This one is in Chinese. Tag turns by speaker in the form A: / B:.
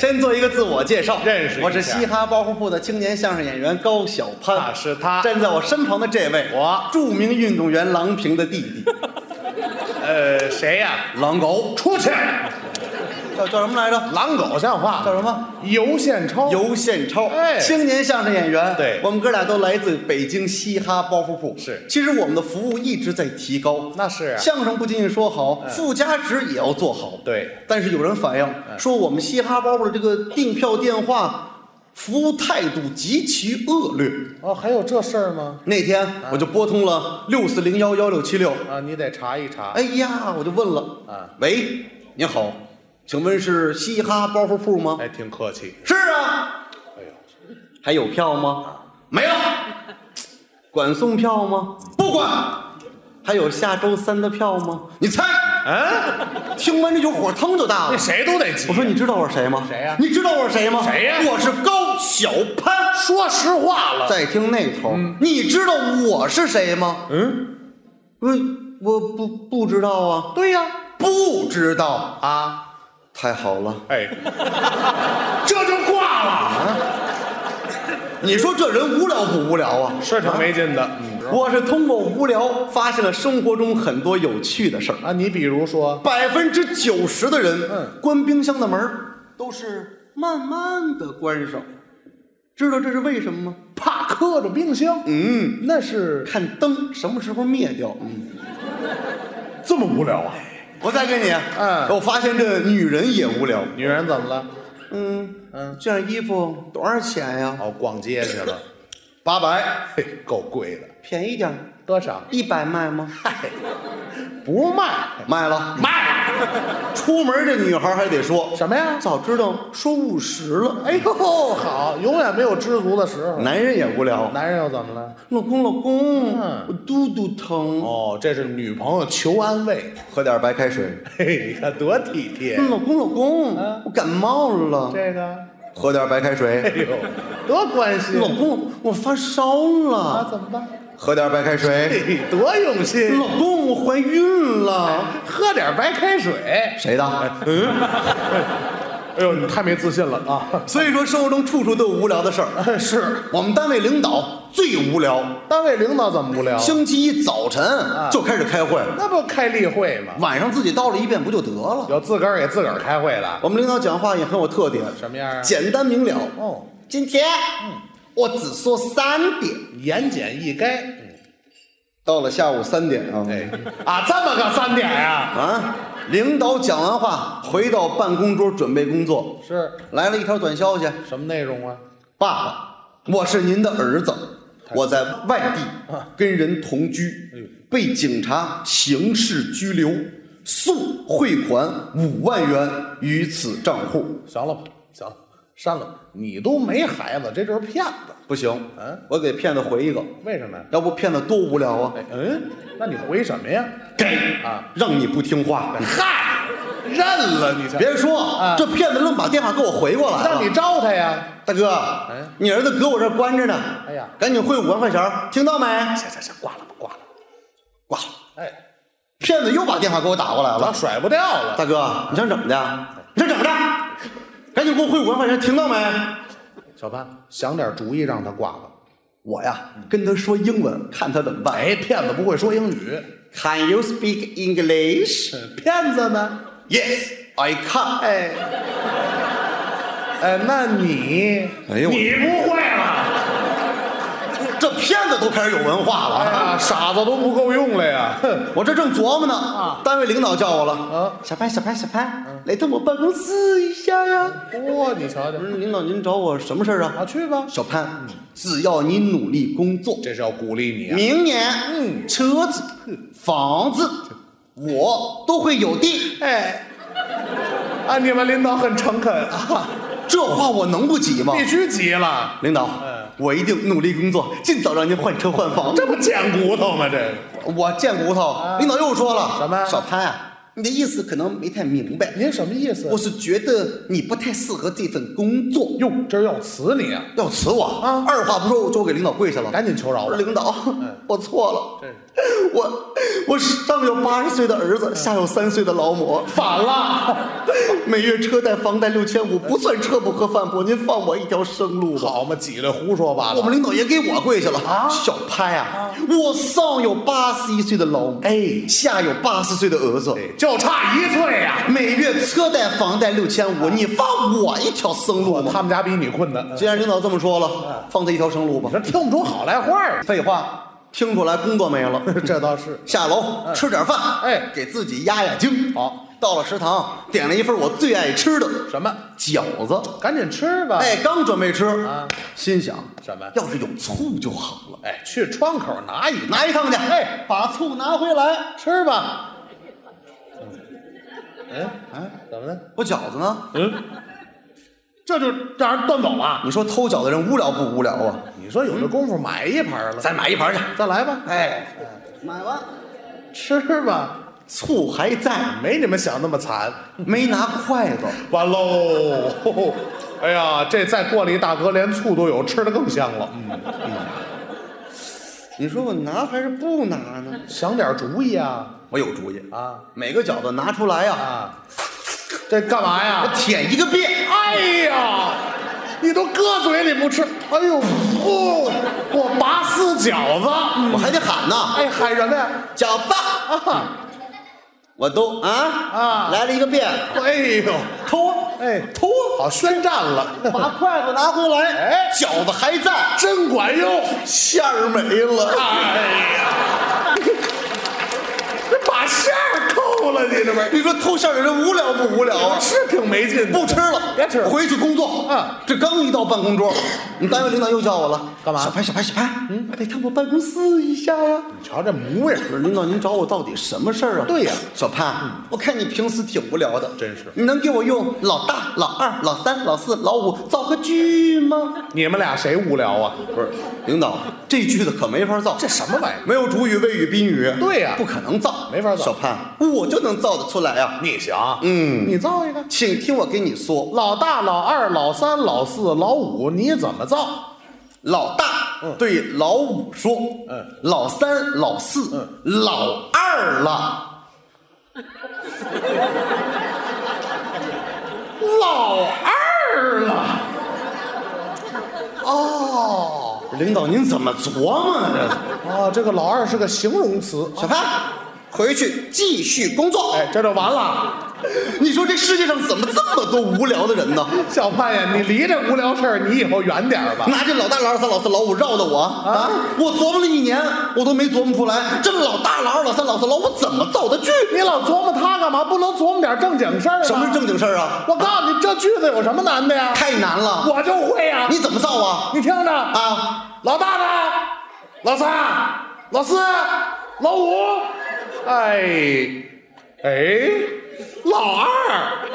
A: 先做一个自我介绍，
B: 认识一下
A: 我是嘻哈包袱铺的青年相声演员高晓攀，
B: 那是他
A: 站在我身旁的这位，
B: 啊我
A: 著名运动员郎平的弟 弟，
B: 呃，谁呀、
A: 狼狗，
B: 出去！
A: 叫叫什么来着？
B: 狼狗像话
A: 叫什么？
B: 尤宪超。
A: 尤宪超，
B: 哎
A: 青年相声演员。
B: 对
A: 我们哥俩都来自北京嘻哈包袱铺。
B: 是
A: 其实我们的服务一直在提高。
B: 那是啊嗯
A: 相声不仅仅说好，附加值也要做好。
B: 对嗯
A: 但是有人反映说，我们嘻哈包袱的这个订票电话服务态度极其恶劣。
B: 哦，还有这事儿吗？
A: 那天我就拨通了六四零幺幺六七六，
B: 啊，你得查一查。
A: 哎呀，我就问了，
B: 啊
A: 喂，您好，请问是嘻哈包袱铺吗？
B: 还哎挺客气。
A: 是啊，
B: 哎呦，啊
A: 还有票吗？没有。管送票吗？不管。还有下周三的票吗？你猜。
B: 嗯，
A: 听完这酒火腾就大
B: 那
A: 了。
B: 谁都得急。
A: 我说你知道我是谁吗？
B: 谁呀
A: 你知道我是谁吗？
B: 谁呀
A: 我是高晓攀。
B: 说实话了。
A: 在听那头，你知道我是谁吗？
B: 嗯，
A: 我我不不知道啊，
B: 对呀、
A: 不知道。
B: 啊。
A: 太好了，
B: 哎，这就挂了，
A: 你说这人无聊不无聊啊？
B: 是挺没劲的。嗯
A: 我是通过无聊发现了生活中很多有趣的事儿。
B: 啊，你比如说，
A: 百分之九十的人，
B: 嗯
A: 关冰箱的门儿都是慢慢的关上，知道这是为什么吗？
B: 怕磕着冰箱，
A: 嗯，
B: 那是
A: 看灯什么时候灭掉。嗯，
B: 这么无聊啊？
A: 我再给你，
B: 嗯
A: 我发现这女人也无聊。
B: 女人怎么了？
A: 嗯
B: 嗯，
A: 这件衣服多少钱呀？
B: 哦，逛街去了，
A: 八百，
B: 嘿，够贵的，
A: 便宜点儿，
B: 多少？
A: 一百卖吗？
B: 嗨，不卖，
A: 卖了。
B: 卖
A: 出门这女孩还得说，
B: 什么呀？
A: 早知道说五十了。
B: 哎呦，好，永远没有知足的时候。
A: 男人也无聊，
B: 男人又怎么了？
A: 老公老公，
B: 嗯
A: 我肚肚疼，
B: 哦，这是女朋友求安慰。
A: 喝点白开水。
B: 嘿，你看多体贴
A: 嗯，老公，老公，
B: 啊
A: 我感冒了，
B: 这个，
A: 喝点白开
B: 哎
A: 水。
B: 呦，多关 心
A: 老公，我发烧
B: 啊？
A: 了，
B: 怎么办？
A: 喝点白开水。
B: 嘿，多用 心。
A: 老公，我怀孕了，
B: 喝点白开水。
A: 谁的？
B: 哎呦，你太没自信了啊！
A: 所以说，生活中处处都有无聊的事儿。
B: 哎是
A: 我们单位领导最无聊，
B: 单位领导怎么无聊？啊
A: 星期一早晨就开始开会，
B: 那不开例会吗？
A: 晚上自己叨了一遍不就得了？
B: 有自个儿给自个儿开会的，
A: 我们领导讲话也很有特点，
B: 什么样啊？
A: 简单明了。
B: 哦，
A: 今天我只说三点，
B: 言简意赅。
A: 到了下午三点啊。
B: 哎，啊，这么个三点啊？
A: 啊，领导讲完话，回到办公桌准备工作，
B: 是
A: 来了一条短消息：“
B: 什么内容啊？
A: 爸爸，我是您的儿子，我在外地跟人同
B: 哎
A: 居，被警察刑事拘留，速汇款五万元于此账户。
B: 行了吧，行了，删了吧。你都没孩子，这就是骗子。
A: 不行
B: 嗯，
A: 我给骗子回一个，
B: 为什么呀？
A: 要不骗子多无聊啊！
B: 哎，嗯，那你回什么呀？
A: 给
B: 啊，
A: 让你不听话。
B: 嗯嗨，认了你瞧。
A: 别说
B: 啊，
A: 这骗子愣把电话给我回过来了。
B: 那你招他呀？
A: 大哥
B: 哎，
A: 你儿子搁我这儿关着呢。
B: 哎呀
A: 赶紧汇五万块钱儿，听到没？
B: 行行行，挂了吧，挂了吧。
A: 挂了。
B: 哎，
A: 骗子又把电话给我打过来
B: 咱
A: 了。
B: 甩不掉了。
A: 大哥，你想怎么的？
B: 嗯
A: 你想怎么的？赶紧给我汇五万块钱，听到没？
B: 小潘，想点主意让他挂了。
A: 我呀，跟他说英文，看他怎么办。
B: 嗯哎，骗子不会说英语，
A: Can you speak English?
B: 呃骗子呢？
A: Yes, I can.
B: 哎，哎，那你，
A: 哎呦我
B: 你不会啊 了？
A: 这骗子都开始有文化了
B: 哎
A: 啊。
B: 呀，傻子都不够用了呀！哼，
A: 我这正琢磨呢，啊，单位领导叫我了
B: 啊，
A: 小潘，小潘，小
B: 嗯
A: 潘，来到我办公室一下呀。
B: 哇，你瞧瞧
A: 我，说领导，您找我什么事儿啊？
B: 啊，去吧，
A: 小潘，只要你努力工作，
B: 这是要鼓励你啊。
A: 明年嗯，车子、
B: 嗯
A: 房子，我都会有的。
B: 哎，啊，你们领导很诚恳啊，
A: 这话我能不急吗？
B: 必须急了，
A: 领导
B: 嗯，
A: 我一定努力工作，尽早让您换车换房。
B: 这不贱骨头吗？这个
A: 我贱骨头，领导又说了
B: 什么
A: 小潘啊，你的意思可能没太明白，
B: 您什么意思
A: 我是觉得你不太适合这份工作，
B: 哟，这是要辞你啊！
A: 要辞我
B: 啊
A: 二话不说，我就给领导跪下了。
B: 赶紧求饶嗯
A: 我
B: 吧
A: 说。领导，我错了
B: 真是，
A: 我我上有八十岁的儿
B: 嗯
A: 子，下有三岁的老母，
B: 反了，
A: 每月车贷房贷六千五，不算车不和饭不，您放我一条生路吧。
B: 嗯好嘛，挤兑胡说八道。
A: 我们领导也给我跪下了
B: 啊
A: 小潘啊，我上有八十一岁的老母，
B: 哎
A: 下有八十岁的儿子，
B: 就差一岁啊呀、
A: 每月车贷房贷六千
B: 啊
A: 五，你放我一条生路吗？
B: 他们家比你困难。
A: 既然领导这么说了，放他一条生路吧
B: 你。说听不出好赖话儿，
A: 废话，听出来工作没了。
B: 这倒是。
A: 下楼吃点饭，
B: 嗯哎
A: 给自己压压惊。
B: 好，
A: 到了食堂，点了一份我最爱吃的
B: 什么？
A: 饺子。
B: 赶紧吃吧。
A: 哎，刚准备吃，
B: 啊，
A: 心想
B: 什么？
A: 要是有醋就好了，
B: 哎，去窗口拿一拿，
A: 拿一趟去。
B: 哎，
A: 把醋拿回来。
B: 吃吧。嗯，哎，怎么了？
A: 我饺子呢？
B: 嗯，这就让人端走了。
A: 你说偷饺子人无聊不无聊啊？
B: 你说有这功夫买一盘了，
A: 再买一盘去。
B: 再来吧。
A: 哎，买完
B: 吃吧，
A: 醋还在，
B: 没你们想那么惨。
A: 没拿筷子。
B: 完喽！哎呀，这再过了一大哥，连醋都有，吃的更香了。嗯，
A: 你说我拿还是不拿呢？
B: 想点主意啊
A: 我有主意，
B: 嗯啊
A: 每个饺子拿出来呀、
B: 啊！这干嘛呀？
A: 我舔一个遍。
B: 哎呀，你都搁嘴里不吃，哎呦，哦，我拔丝饺子，嗯
A: 我还得喊呢，
B: 哎，喊什么呀？
A: 饺子，
B: 啊，
A: 我都啊
B: 啊
A: 来了一个遍，
B: 哎呦，
A: 偷啊，
B: 哎，
A: 偷啊，
B: 好宣战了，
A: 把筷子拿回来，
B: 哎
A: 饺子还在，
B: 真管用。
A: 馅儿没了，
B: 哎呀，这把馅儿扣了，你这边
A: 你说偷馅儿的人无聊不无聊啊？
B: 是挺没劲的。
A: 不吃了，
B: 哎别吃了
A: 回去工作。
B: 嗯，
A: 这刚一到办公桌，你单位领导又叫我了，
B: 干嘛
A: 小潘，小潘，小潘，嗯，得到我办公室一下啊呀。
B: 你瞧这模样，
A: 不是领导，您找我到底什么事儿啊？
B: 对呀嗯
A: 小潘，我看你平时挺无聊的，
B: 真是
A: 你能给我用老大、老二、老三、老四、老五造个句吗？
B: 你们俩谁无聊啊？
A: 不是，领导，这句子可没法造，
B: 这什么玩意儿？
A: 没有主语、谓语、宾语，
B: 对呀
A: 不可能造，
B: 没法造
A: 小潘，我就能造得出来啊！
B: 你行？
A: 嗯
B: 你造一个。
A: 请听我给你说，
B: 老大、老二、老三、老四、老五，你怎么造？
A: 老大对老五说，
B: 嗯
A: 老三、老四，老二了，
B: 老二了。
A: 领导您怎么琢磨呢？
B: 啊，这个老二是个形容词。
A: 小潘，回去继续工作。
B: 哎，这就完了。
A: 你说这世界上怎么这么多无聊的人呢？
B: 小盼呀，你离这无聊事儿，你以后远点儿吧。
A: 拿这老大、老二、三、老四、老五绕的我啊！我琢磨了一年，我都没琢磨出来，这老大、老二、老三、老四、老五怎么造的句？
B: 你老琢磨他干嘛？不能琢磨点正经事儿吗
A: 什么是？正经事儿啊？
B: 我告诉你，这句子有什么难的呀？
A: 太难了！
B: 我就会呀、
A: 你怎么造啊？
B: 你听着啊，
A: 啊，
B: 老大呢？老三、老四、老五，哎，哎，老二，